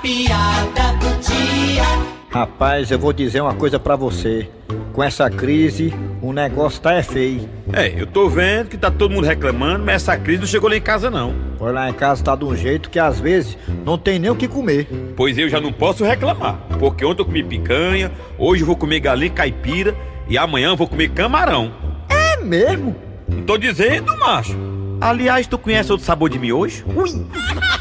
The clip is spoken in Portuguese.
piada do dia. Rapaz, eu vou dizer uma coisa pra você. Com essa crise, o negócio tá é feio. É, eu tô vendo que tá todo mundo reclamando, mas essa crise não chegou lá em casa não. Pois lá em casa tá de um jeito que às vezes não tem nem o que comer. Pois eu já não posso reclamar, porque ontem eu comi picanha, hoje eu vou comer galinha caipira e amanhã eu vou comer camarão. É mesmo? Não tô dizendo, macho. Aliás, tu conhece outro sabor de miojo? Ui!